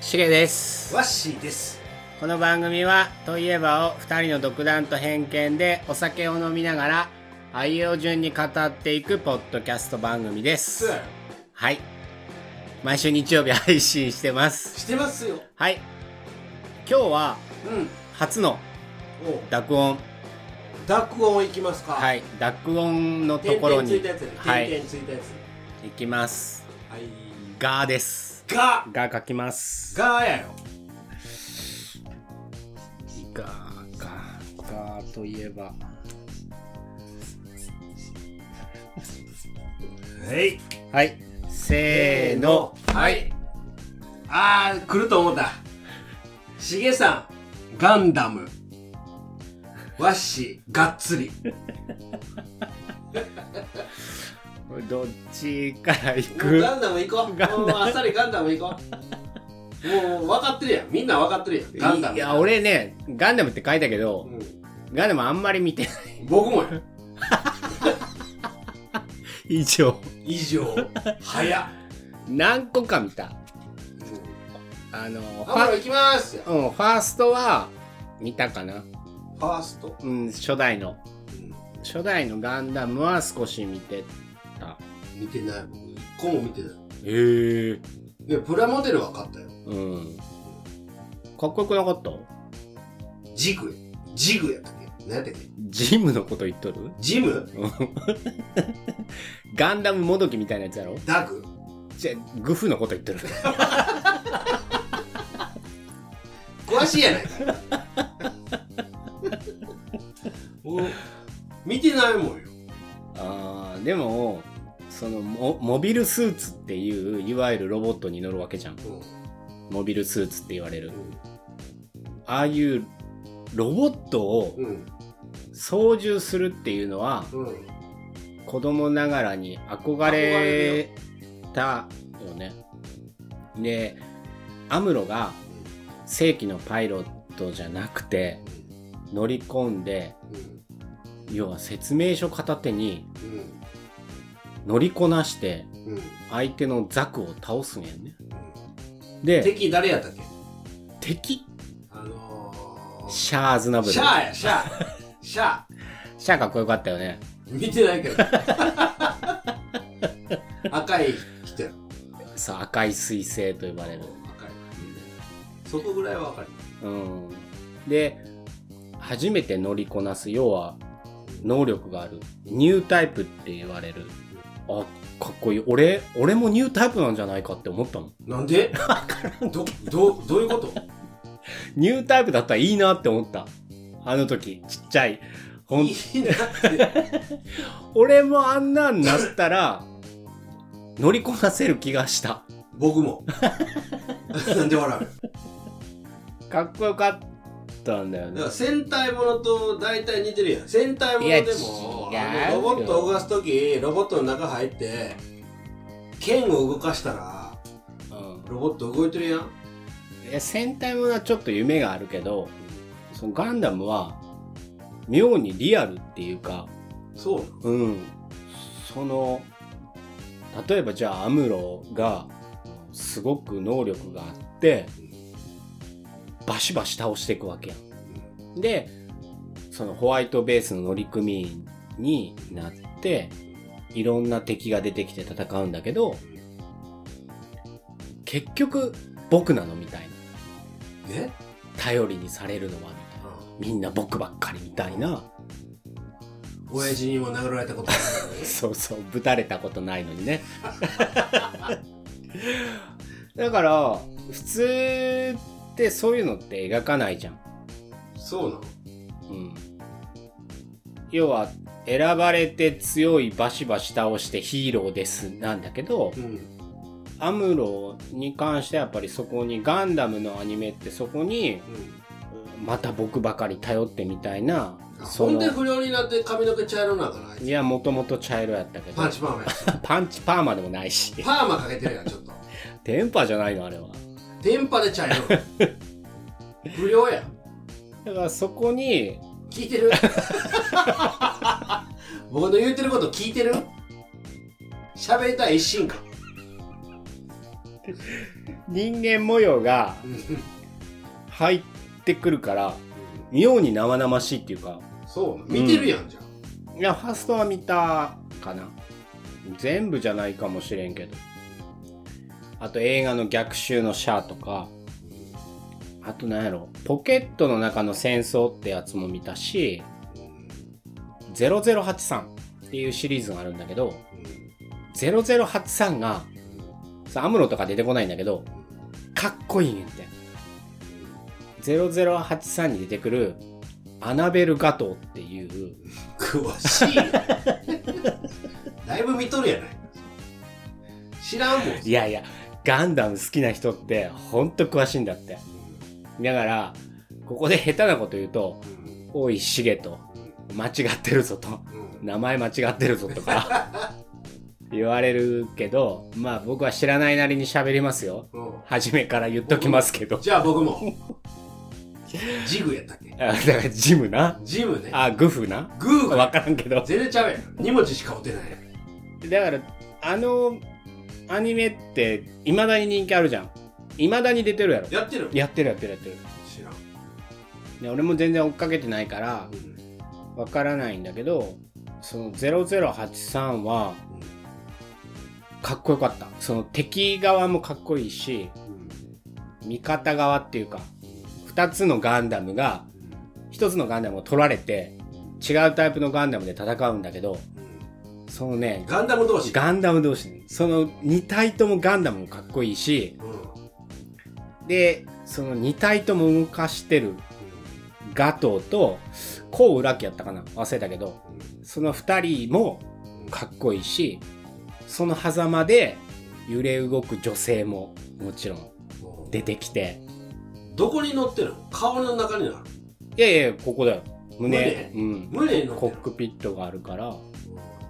しげですワッシーですこの番組は「といえば」を2人の独断と偏見でお酒を飲みながら愛用順に語っていくポッドキャスト番組ですはい毎週日曜日配信してますしてますよはい今日はうん初のお濁音濁音いきますかはいい濁音のと点ころ々つにいたやつやねはい点々ついたやついきますはいガーですがガー書きますがやよガーガーガーといえばはいはいせーのはいあー来ると思ったしげさんガンダムワッシーがっつりどっちから行くガンダム行こうガンダもムうあっさりガンダム行こうもう分かってるやんみんな分かってるやんガンダムいや、俺ね、ガンダムって書いたけど、うんガンダムあんまり見てない。僕もや以上。 以上早っ何個か見た。あの、フハムロァ,、行きますようん、ファーストは、見たかな。ファースト、うん、初代の。初代のガンダムは少し見てた。見てない僕一個も見てないへえ。でプラモデルは買ったようん。かっこよくなかったジグジグやったっけ何やったっけジムのこと言っとるジムガンダムもどきみたいなやつやろダグじゃ、グフのこと言っとる。詳しいやないかお見てないもんよあーでもそのモモビルスーツっていういわゆるロボットに乗るわけじゃんうんモビルスーツって言われるああいうロボットをうん操縦するっていうのはうん子供ながらに憧れたよねでアムロが正規のパイロットじゃなくて乗り込んでうん要は説明書片手にうん乗りこなしてうんうん相手のザクを倒すんやねで敵誰やったっけ敵あのー、シャーズナブル。シャーやシャーシャーシャーかっこよかったよね。見てないけ ど赤い人やそう、赤い彗星と呼ばれる。赤いそこぐらいは分かるうん。で、初めて乗りこなす、要は、能力がある。ニュータイプって言われる。あ、かっこいい。俺、俺もニュータイプなんじゃないかって思ったもん。なんでどどどういうことニュータイプだったらいいなって思った。あの時、ちっちゃい。ほんい、いなって俺もあんなんなったら、 乗りこなせる気がした。僕もなんで笑うのかっこよかったんだよだねか。ら戦隊ものと大体似てるやん戦隊ものでもいやあ違のうロボットを動かす時ロボットの中入って剣を動かしたらうん。ロボット動いてるやんいや戦隊ものはちょっと夢があるけどそのガンダムは妙にリアルっていうかそうなうんその例えばじゃあアムロがすごく能力があってバシバシ倒していくわけやん。でそのホワイトベースの乗組員になっていろんな敵が出てきて戦うんだけど結局僕なのみたいなね頼りにされるのはみたいな。みんな僕ばっかりみたいな。親父にも殴られたことあ るからねそうそう、ぶたれたことないのにね。 だから、普通ってそういうのって描かないじゃん。そうなのうん。要は、選ばれて強いバシバシ倒してヒーローですなんだけど、うんアムロに関してはやっぱりそこに、ガンダムのアニメってそこに、また僕ばかり頼ってみたいな、うんそほんでの、不良になって髪の毛茶色なんかなあいついや、もともと茶色やったけどパン、チパーマやしパンチパーマでもないし。パーマかけてるやんちょっと テンパじゃないのあれは。電波で茶色不良やだからそこに、聞いてる 僕の言ってること聞いてる喋りたい一心か人間模様が入ってくるから妙に生々しいっていうかそう見てるやんじゃん、いやファーストは見たかな全部じゃないかもしれんけどあと映画の「逆襲のシャア」とかあとなんやろ「ポケットの中の戦争」ってやつも見たし「0083」っていうシリーズがあるんだけど0083がさアムロとか出てこないんだけどかっこいいねんって0083に出てくるアナベル・ガトーっていう詳しいね だいぶ見とるやない知らんもんいやいや、ガンダム好きな人って、ほんと詳しいんだって。だから、ここで下手なこと言うと、うんおい、しげと、間違ってるぞと、うん名前間違ってるぞとか、 言われるけど、まあ僕は知らないなりに喋りますよ。うん初めから言っときますけど。じゃあ僕もジグやったっけあだから、ジムな。ジムねあ、グフな。グーわがからんけど。全然ちゃうやん2文字しか打てないだから、あの、アニメって、未だに人気あるじゃん。未だに出てるやろ。やってるやってるやってるやってる。知らん、で俺も全然追っかけてないからうんわからないんだけどその0083はかっこよかったその敵側もかっこいいしうん味方側っていうか2つのガンダムが1つのガンダムを取られて違うタイプのガンダムで戦うんだけどうんそのねガンダム同士ガンダム同士ねその2体ともガンダムもかっこいいしうんうんでその2体とも動かしてるガトーとコウウラキやったかな忘れたけどその2人もかっこいいしその狭間で揺れ動く女性ももちろんうん出てきてどこに乗ってるの顔の中にあるいやいやここだよ胸胸うん、胸に乗ってコるックピットがあるから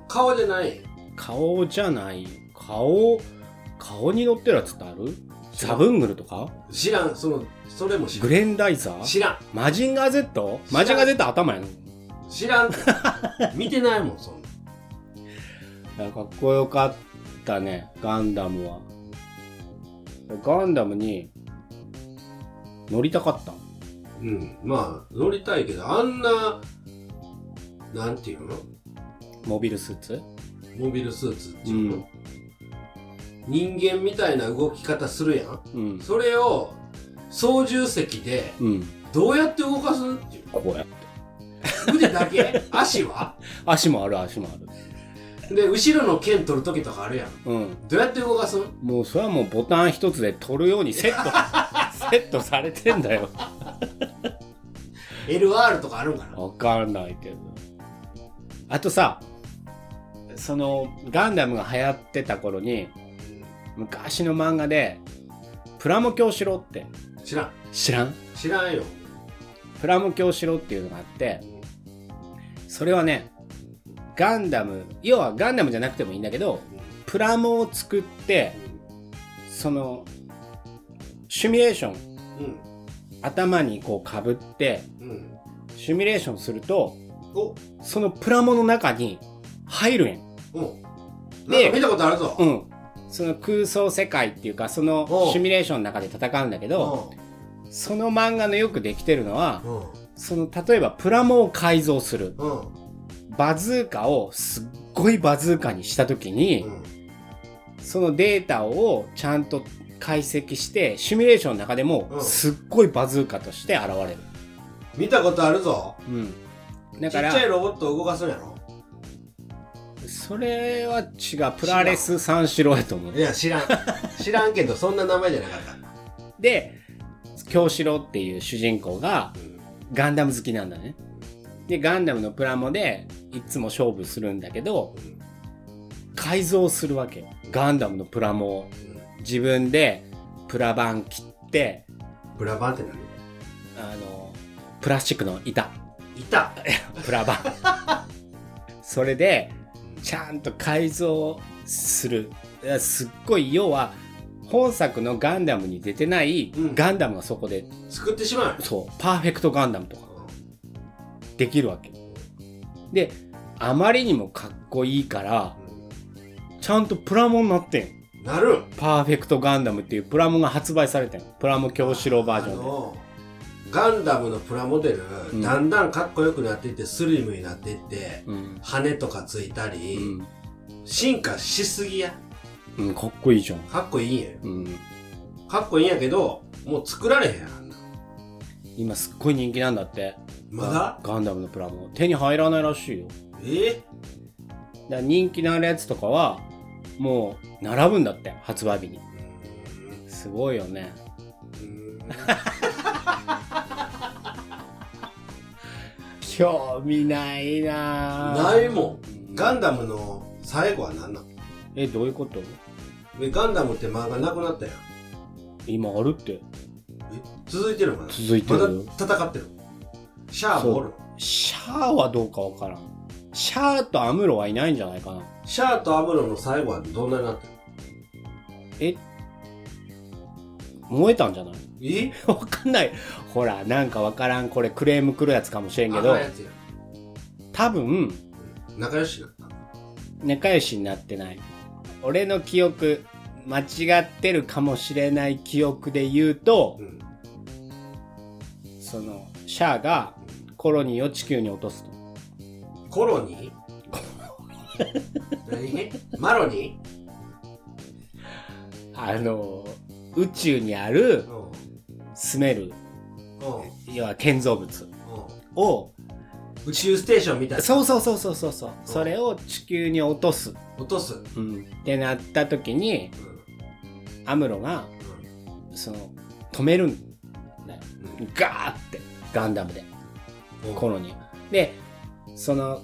顔じゃない顔じゃない顔顔に乗ってるやつってあるザブングルとか知らんそのそれも知らグんレンダイザー知らんマジンガー Z? マジンガー Z 頭やの知ら ん見てないもんそんなだからかっこよかったねガンダムはガンダムに乗りたかったうんまあ乗りたいけどあんななんていうのモビルスーツモビルスーツっていうの、人間みたいな動き方するやんうんそれを操縦席でうんどうやって動かすっていうこうや腕だけ足は足もある足もあるで後ろの剣取る時とかあるやんうんどうやって動かすもうそれはもうボタン一つで取るようにセッ トセットされてんだよ LR とかあるんかなわかんないけどあとさそのガンダムが流行ってた頃に昔の漫画でプラモ教しろって知らん知らん知らんよプラモ教しろっていうのがあってそれはねガンダム要はガンダムじゃなくてもいいんだけどプラモを作ってそのシミュレーションうん頭にこうかぶってうんうんシミュレーションするとおそのプラモの中に入るやん。うんなんでか見たことあるぞうん。その空想世界っていうかそのおうシミュレーションの中で戦うんだけどその漫画のよくできてるのはうんその例えばプラモを改造するうんバズーカをすっごいバズーカにした時にうんそのデータをちゃんと解析してシミュレーションの中でもうんすっごいバズーカとして現れる。見たことあるぞうん。だちかっちらゃいロボットを動かすんやろそれは違うプラレス三四郎やと思ういや知らん知らんけどそんな名前じゃなかっで京四郎っていう主人公がた、うんガンダム好きなんだねでガンダムのプラモでいつも勝負するんだけど改造するわけよガンダムのプラモを自分でプラ板切ってブラバンって何あのプラスチックの板いたプラ板それでちゃんと改造するいやすっごい要は本作のガンダムに出てないうんガンダムがそこで、作ってしまうそうパーフェクトガンダムとかできるわけであまりにもかっこいいからちゃんとプラモになってんなるパーフェクトガンダムっていうプラモが発売されてんプラモ京志郎バージョンあでのガンダムのプラモデル、うんだんだんかっこよくなっていってスリムになっていってうん、羽とかついたり、うん進化しすぎやうん、かっこいいじゃん、かっこいいんやうん、かっこいいんやけどもう作られへんやんあんな今すっごい人気なんだってまだガンダムのプラモ手に入らないらしいよえだから人気のあるやつとかはもう並ぶんだって発売日にすごいよねうーん興味ないなぁないもうんガンダムの最後は何なのえどういうことえガンダムって漫画なくなったやん今あるってえ続いてるのかな続いてるよまだ戦ってるシャアもおるのシャアはどうかわからんシャアとアムロはいないんじゃないかなシャアとアムロの最後はどんなになってるえ燃えたんじゃない えわかんないほらなんかわからんこれクレーム来るやつかもしれんけど赤いやつや多分仲良しになった仲良しになってない俺の記憶間違ってるかもしれない記憶で言うとうんそのシャアがコロニーを地球に落とすとコロニー何マロニあの宇宙にあるーうん住めるうんうん要は建造物を宇宙ステーションみたいなそうそうそうそうそうそうそれを地球に落とす、落とす、うんってなった時にアムロがその止めるんだよガーってガンダムでうんコロニーでその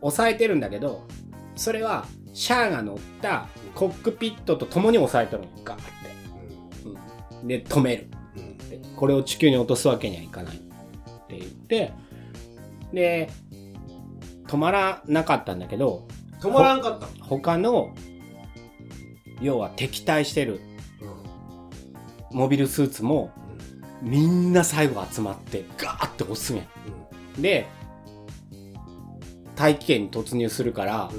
抑えてるんだけどそれはシャアが乗ったコックピットと共に抑えてるのガーっうてで止めるんうんってこれを地球に落とすわけにはいかないって言ってで止まらなかったんだけど止まらんかった他の要は敵対してるうんモビルスーツもうんみんな最後集まってガーって押すんやで大気圏に突入するから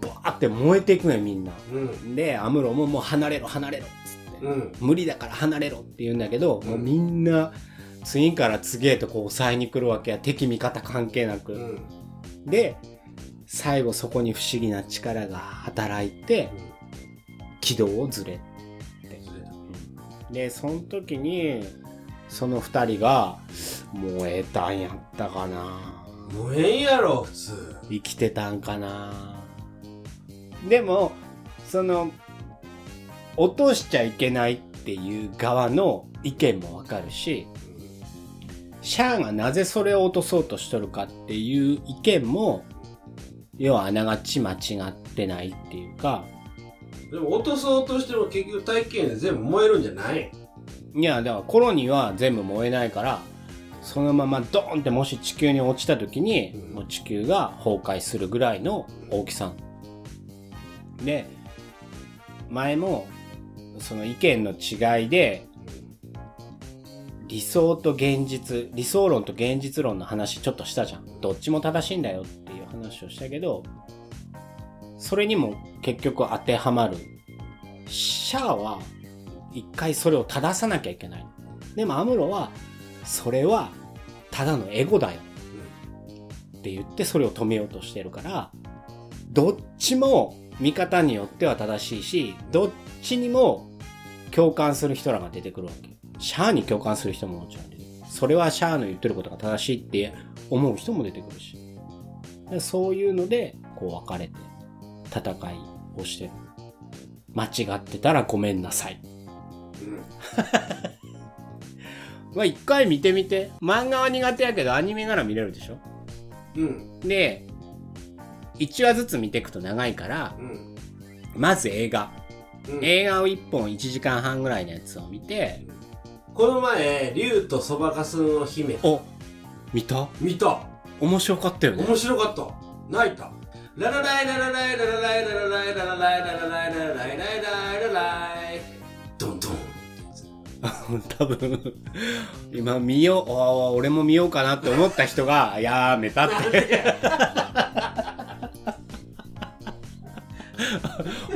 バーって燃えていくんやみんなうんうんでアムロももう離れろ離れろっつって、うん無理だから離れろって言うんだけど、うんもうみんな次から次へとこう抑えに来るわけや敵味方関係なうく、んで最後そこに不思議な力が働いて軌道をずれずれたでその時にその2人が燃えたんやったかな燃えんやろ普通生きてたんかなでもその落としちゃいけないっていう側の意見もわかるしシャアがなぜそれを落とそうとしとるかっていう意見も要はあながち間違ってないっていうかでも落とそうとしても結局体験で全部燃えるんじゃないいやだからコロニーは全部燃えないからそのままドーンってもし地球に落ちた時に、うんもう地球が崩壊するぐらいの大きさで前もその意見の違いで理想と現実理想論と現実論の話ちょっとしたじゃんどっちも正しいんだよっていう話をしたけどそれにも結局当てはまるシャアは一回それを正さなきゃいけないでもアムロはそれはただのエゴだよって言ってそれを止めようとしてるからどっちも見方によっては正しいしどっちにも共感する人らが出てくるわけシャアに共感する人ももちろん出てくるそれはシャアの言ってることが正しいって思う人も出てくるしでそういうのでこう分かれて戦いをしてる間違ってたらごめんなさいまあ一回見てみて漫画は苦手やけどアニメなら見れるでしょうんうんで1話ずつ見ていくと長いからうんまず映画うん映画を1本1時間半ぐらいのやつを見てこの前竜とそばかすの姫お見た見た面白かったよね面白かった泣いたララライララライララライララライララライララライララライライライラライドンドン 多分今見ようああ俺も見ようかなって思った人が や めたって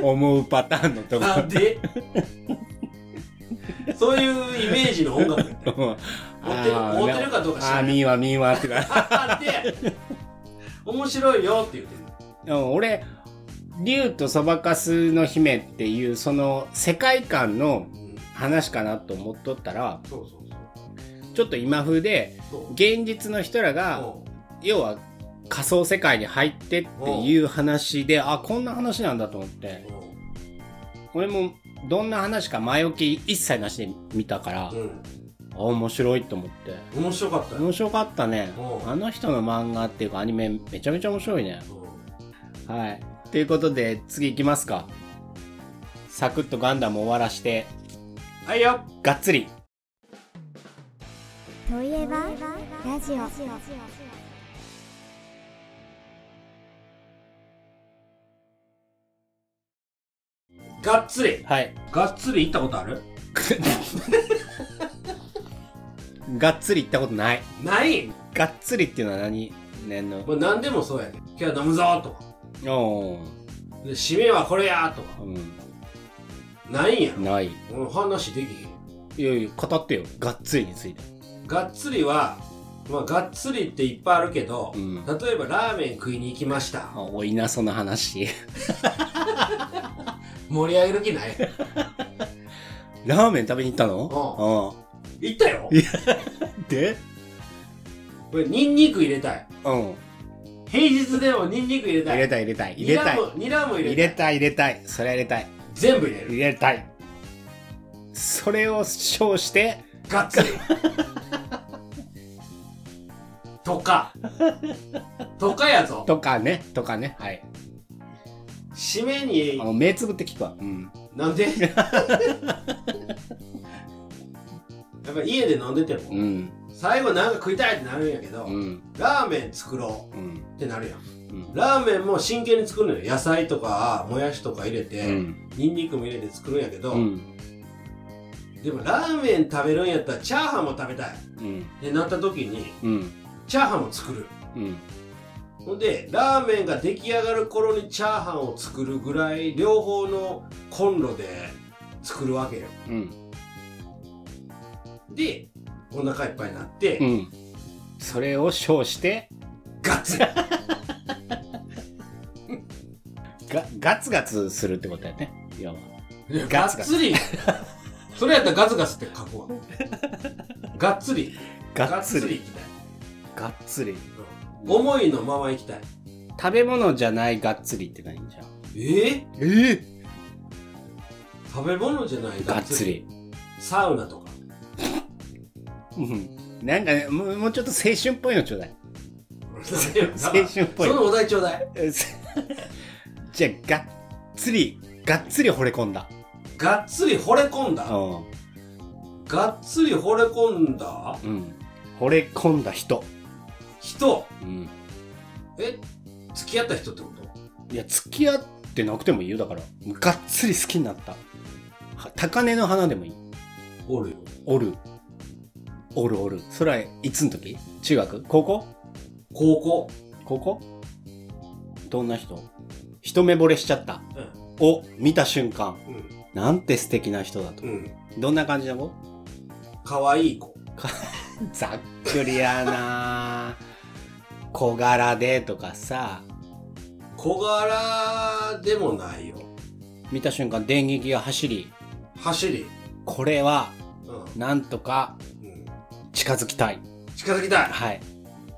思うパターンのとこなんで そういうイメージの音楽やったよろ。うんあー持ってる持ってるかどうか知らないあー、みーわ、みーわってか。あで面白いよって言ってるうん俺、竜とそばかすの姫っていう、その世界観の話かなと思っとったら、そうそうそうちょっと今風で、そう現実の人らが、うん要は仮想世界に入ってっていう話で、あ、こんな話なんだと思って、俺もどんな話か前置き一切なしで見たから、うんあ、面白いと思って。うん面白かったよ面白かったねう。んあの人の漫画っていうかアニメめちゃめちゃ面白いね。うはい。ということで、次行きますか。サクッとガンダム終わらして、んはいよがっつり。といえばラジオがっつりはい。がっつり行ったことあるがっつり行ったことない。ないがっつりっていうのは何ねんの。もう何でもそうやね今日は飲むぞとかおで締めはこれやとかーうないんやん。ない。ろもう話できへんいやいや、語ってよ。がっつりについて。がっつりは、まあ、がっつりっていっぱいあるけど、うん例えばラーメン食いに行きましたあ、おいな、その話。 盛り上げる気ないラーメン食べに行ったの行ったようん。でこれニンニク入れたいうん。平日でもニンニク入れた入いれたい入れたい。入れたニい。ラもニラも入れた入いれたい入れたい。それは入れたい。全部入れる入れたい。それを称して、がっつり とかとかやぞとかね、とかね。はい。締めあにの、目つぶって聞くわ。うん。なん でやっぱ家で飲んでても、うん。最後なんか食いたいってなるんやけど、うん。ラーメン作ろう。うんってなるやんうん。ラーメンも真剣に作るのよ野菜とかもやしとか入れて、うん。ニンニクも入れて作るんやけど、うん。でもラーメン食べるんやったらチャーハンも食べたいうん。ってなった時にうん。チャーハンも作るうん。ほんでラーメンが出来上がる頃にチャーハンを作るぐらい両方のコンロで作るわけようん。でお腹いっぱいになって、うん。それを称して、ガッツリが、ガツガツするってことやね。要は。ガガッツガツツリそれやったらガツガツって書くわガッツリがっつり。行きたい、がっつり。うん思いのまま行きたい食べ物じゃないがっつりって何じゃん。えええ食べ物じゃないがっつり。サウナとかうん。なんかね、もうもうちょっと青春っぽいのちょうだい。青春っぽいそのお題ちょうだいえせじゃあ、がっつり、がっつり惚れ込んだ。がっつり惚れ込んだうがっつり惚れ込んだん。うん。惚れ込んだ人。人うん。え付き合った人ってこといや、付き合ってなくてもいいよ。だから、がっつり好きになった。は高根の花でもいい。おるよおる。おるおる。それはいつの時中学高校高校高校どんな人一目惚れしちゃった。うんを見た瞬間。うんなんて素敵な人だと。うんどんな感じなの可愛い子ざっくりやなぁ小柄でとかさ、小柄でもないよ見た瞬間電撃が走り、走りこれはうん、なんとかうん、近づきたい。近づきたいはい。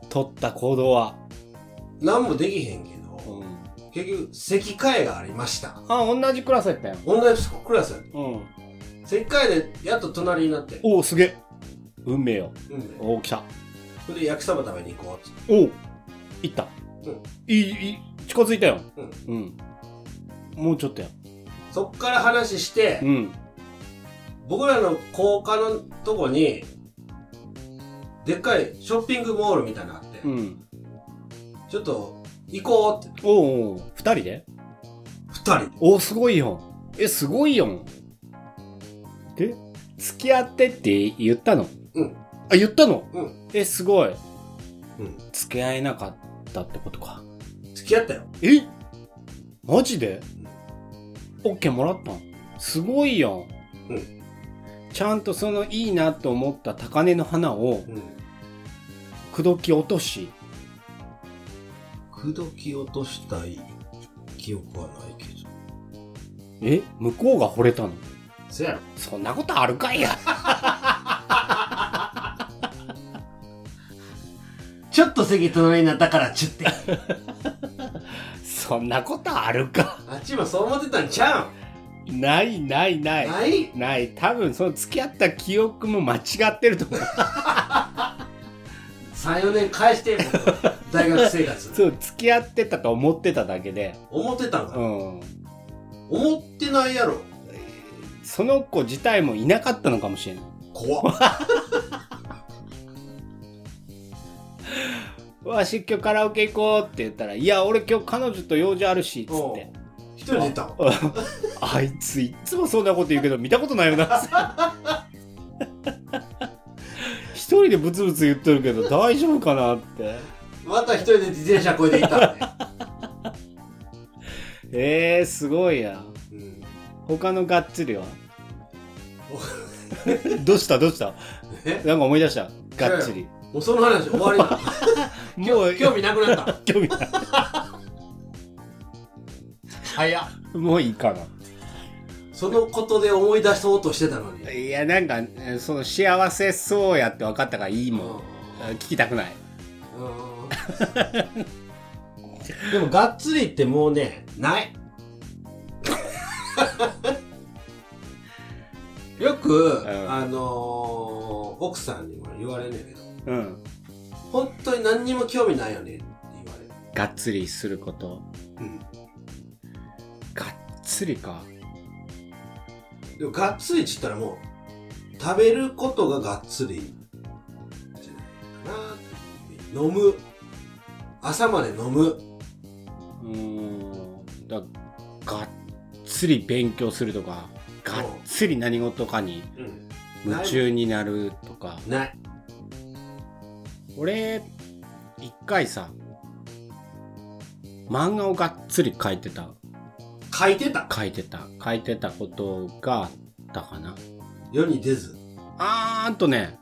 取った行動は、何もできへんけうどん。結局席替えがありましたあ、同じクラスやったよ。同じクラスやっうん。た席替えでやっと隣になっておお、すげえ。運命よ。うんおお、来た。それで焼きそば食べに行こうっつっておお、行った。うんいい、いい、近づいたよ。うんうん。もうちょっとや。そっから話して、うん。僕らの高架のとこにでっかいショッピングモールみたいなのあって、うん。ちょっと行こうっておうおう、二人で二人でおすごいよえすごいよで付き合ってって言ったのうんあ言ったの、うんえすごい、ん付き合えなかったってことか付き合ったよえマジで OK もらったんすごいよ、うんちゃんとそのいいなと思った高嶺の花をうん。口説き落とし口説き落としたい記憶はないけど。え向こうが惚れたのせやろ。そんなことあるかいや ちょっと席隣になったからちゅって。そんなことあるか あっちもそう思ってたんちゃないないなういんないない多分その付き合った記憶も間違ってる と思う ?3、4年返して、 僕大学生活。そう付き合ってたと思ってただけで思ってたんうか。ん思ってないやろ。その子自体もいなかったのかもしれない怖 っ。わし今日カラオケ行こうって言ったら「いや俺今日彼女と用事あるし」っつおっうて一人で行ったん「あいついっつもそんなこと言うけど見たことないよな」 一人でブツブツ言っとるけど大丈夫かなってまた一人で自転車こいで行ったんね。えー、すごいやうん他のがっ つりはどうしたどうしたえなんか思い出したがっつりもうその話終わりだ。もう興味なくなった。興味ない早っ。もういいかなそのことで思い出そうとしてたのに。いやなんかえーその幸せそうやって分かったからいいうんもんあ聞きたくないうんでもがっつりってもうねない よく、んあのー奥さんにも言われんねんけどうん本当に何にも興味ないよねって言われるがっつりすることうんがっつりかでもがっつりって言ったらもう食べることががっつりじゃないかな飲む朝まで飲むうーんだがっつり勉強するとかがっつり何事かにうん夢中になるとかない俺一回さ漫画をがっつり書いてた書いてた書いてた書いてたことがあったかな世に出ずあーんとね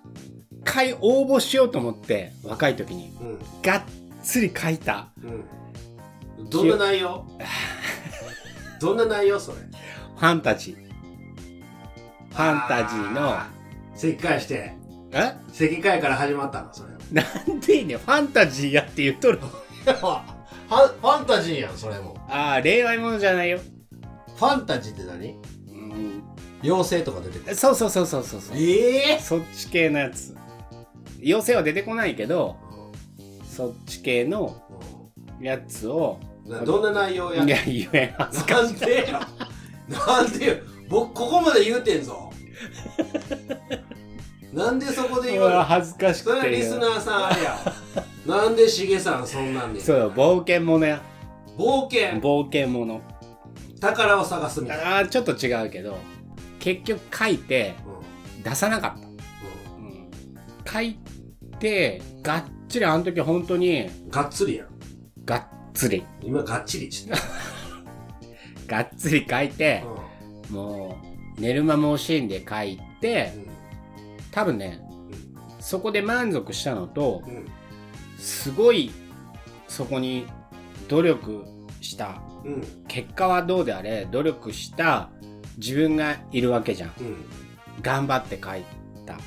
一回応募しようと思って若い時にうんがっつり書いたうん。どんな内 容どんな内容それ。フファンタジーファンタジーの石灰して、え 石灰から始まったの、それ。なんでいいねファンタジーやって言っとるはファンタジーやん、それも。ああ恋愛ものじゃないよ、ファンタジーって何うん、妖精とか出てくる。そうそうそうそうそうそうええそっち系のやつ妖精は出てこないけどそっち系のやつをどんな内容やいや言えますなんでよ。なんでよ。僕、ここまで言うてんぞ。なんでそこで言うわわ恥ずかれしそれくはてリスナーさんあれや。なんでしげさんそんなんで。そうよ冒険ものや冒険冒険もの宝を探すみたいな、ああちょっと違うけど結局書いて出さなかった、ううん、書いてがっちりあの時本当にんうん、がっつりやんがっつり今がっちりっちゃっがっつり書いてた、、もう寝る間も惜しんで書いて多分ねそこで満足したのとうんうんすごいそこに努力したうん結果はどうであれ努力した自分がいるわけじゃんうん頑張って書いた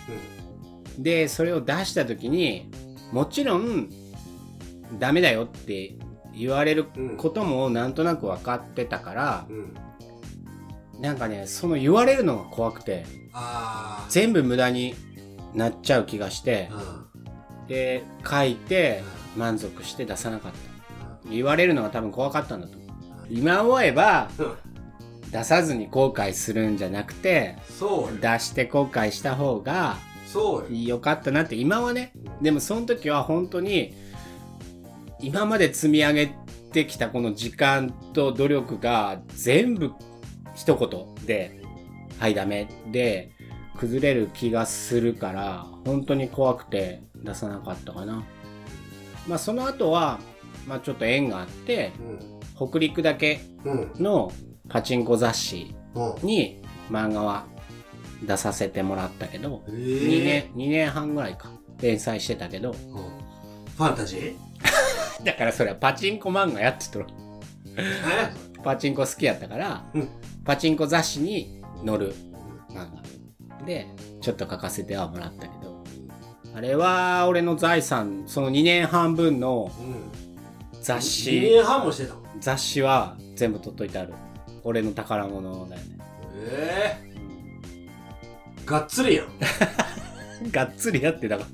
でそれを出した時にもちろんダメだよって言われるうんこともなんとなく分かってたからうんなんかねその言われるのが怖くてあ全部無駄になっちゃう気がしてあうんうんで書いて満足して出さなかった言われるのが多分怖かったんだと思う今思えばうん出さずに後悔するんじゃなくてそうよ出して後悔した方がそうよ良かったなって今はねでもその時は本当に今まで積み上げてきたこの時間と努力が全部一言で「はいダメ」で崩れる気がするから本当に怖くて出さなかったかな。まあその後は、まあ、ちょっと縁があってうん北陸だけうんのパチンコ雑誌うん。に漫画は出させてもらったけど、え2ー年、2年半ぐらいか、連載してたけど、うんファンタジーだからそれはパチンコ漫画やってたの。えパチンコ好きやったからうん、パチンコ雑誌に載る漫画。で、ちょっと書かせてはもらったけど、あれは俺の財産、その2年半分のうん。雑誌。 2年半もしてたの雑誌は全部取っといてある俺の宝物だよねええー。がっつりやん。がっつりやってだか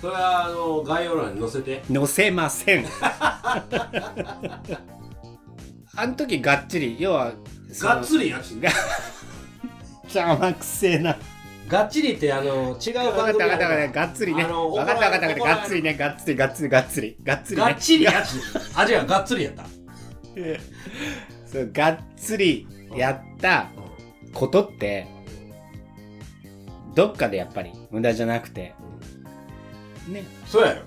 それは、あの、概要欄に載せて。ら載せま せんあの時がっちり要はそのがっつりやん。が邪魔くせえながっちりって、あの、違う分か番った組分かやっかた分からったがっつりねあの分かった分かった分怒からったがっつりねがっつりがっつりがっつりがっつりがねっちりやっち。あ、違う、がっつりやった。そうがっつりやったことってどっかでやっぱり無駄じゃなくてねそうやよ。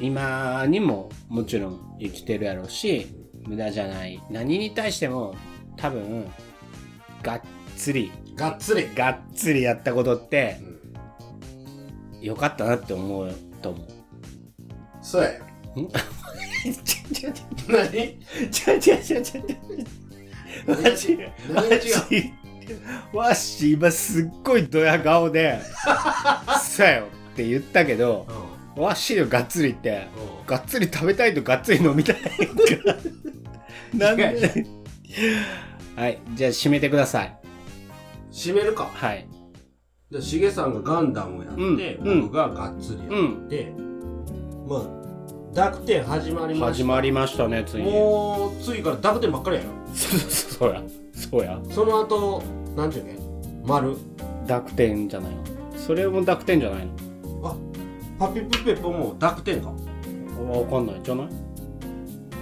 今にももちろん生きてるやろうし無駄じゃない何に対しても多分がっつりがっつり。がっつりやったことってうん良かったなって思う と思う。そうやよ。ちょちょち何ょちょちょちょちょ何がわし違う何が違うわし今すっごいドヤ顔で「そうやよ」って言ったけどうんわしのがっつりってうんがっつり食べたいとがっつり飲みたいから。なんではい、じゃあ締めてください。締めるか。はい。で、しげさんがガンダムをやって、うん僕ががっつりやうん。って、まあ、ダクテン始まりまし始まりましたね、つた。いに。もう、次からダクテンばっかりやろ。そそうや。そうや。その後、なんていうね、丸。濁点じゃないの。それも濁点じゃないパピプペポもダクテンか。のわかんない。じゃない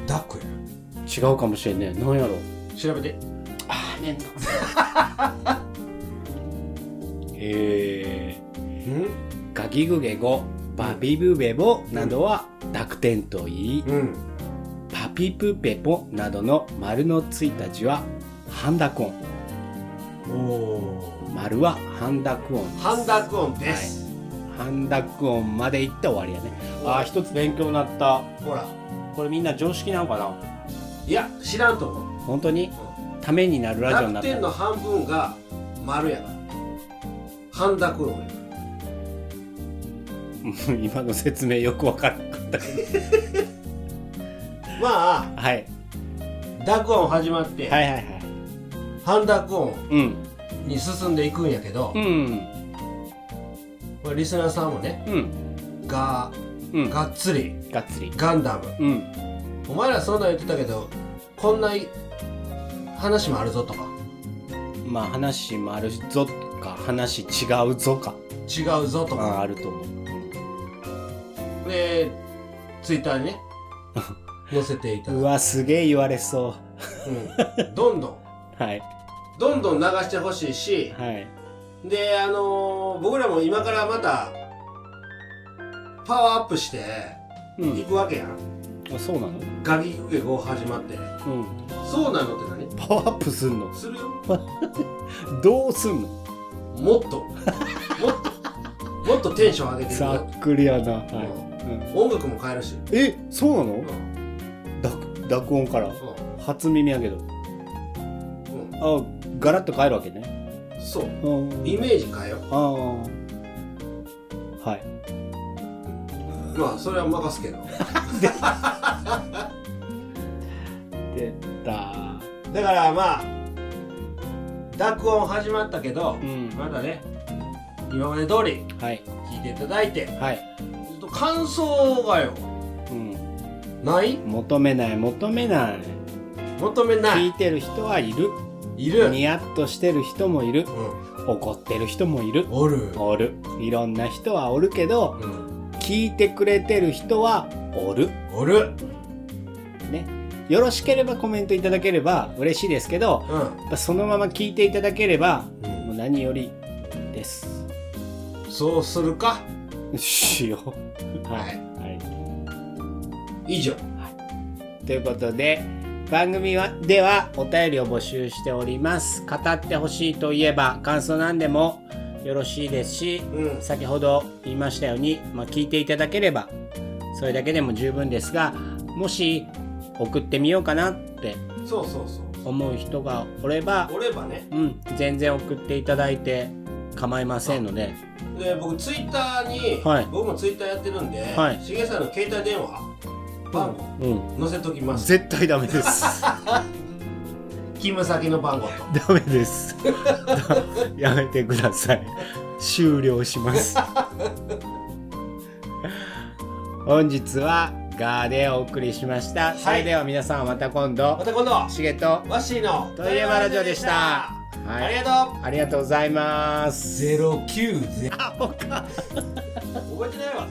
ダクや。違うかもしれんね。なんやろ調べて。ああ、ねんな。えうんー、ガギグゲゴ、バビブベボなどは濁点と言い、うん。パピプペポなどの丸のついた字はハンダクオンおー。丸はハンダクオンですハンダクオンです。ハンダクオンまで行って終わりやねあー一つ勉強になったほら。これみんな常識なのかないや、知らんと思う。本当にためになるラジオになダっクテンたの半分が丸やから。ハンダクオンや。 今の説明よくわからなかったけまあ、ど、はい、ダクオン始まって、はいはいはいハンダクオンうんに進んでいくんやけど、うんまあリスナーさんもね、うんが、うんががっつり、っつりガンダム。うんお前らそんなん言ってたけど、こんな話もあるぞとか、まあ話もあるぞとか話違うぞか違うぞとあか、あると思うで、ツイッター にね、載せていただうく。わすげえ言われそうんどんどん、うはいどんどん流してほしいし、はいで、あのー僕らも今からまた、パワーアップして、ういん、くわけやん。あそうなのガギグゲ5始まって。うんそうなのって何パワーアップすんのするよ。どうすんのもっとも っともっとテンション上げていくざよっくりやな、はういんうん、音楽も変えるし、えそうなうのんうん濁濁音から初耳やけどあガラッと変えるわけねうんそううんイメージ変えよあーはい、うまあそれは任すけど出ただからまあ濁音始まったけどう、んまだね今まで通りはい聞いていただいてちはい、ょっと感想がようん、ない求めない求めない求めな聞いいてる人はいるいる、ニヤッとしてる人もいるうん、怒ってる人もいるおる、おるいろんな人はおるけどうん、聞いてくれてる人はおるおる、ね、よろしければコメントいただければ嬉しいですけどうんやっぱそのまま聞いていただければうんもう何よりですそうするかしようははいい、は以上い、ということで番組はではお便りを募集しております語ってほしいといえば感想なんでもよろしいですしうん先ほど言いましたように、まあ、聞いていただければそれだけでも十分ですがもし送ってみようかなってそうそうそう思う人がおれば、おればねうん、全然送っていただいて構いませんのでで僕ツイッターに、はい僕もツイッターやってるんで、はいしげさんの携帯電話番号うん載せときます絶 対ダメです勤務先の番号とダメです やめてください終了します 本日はガーでお送りしました、それでは皆さんまたま今度た今度しげとワッシーのトイレマラジオでした。あはりい、がとうありがとうございます。 090 あ、ほか。覚えてないわ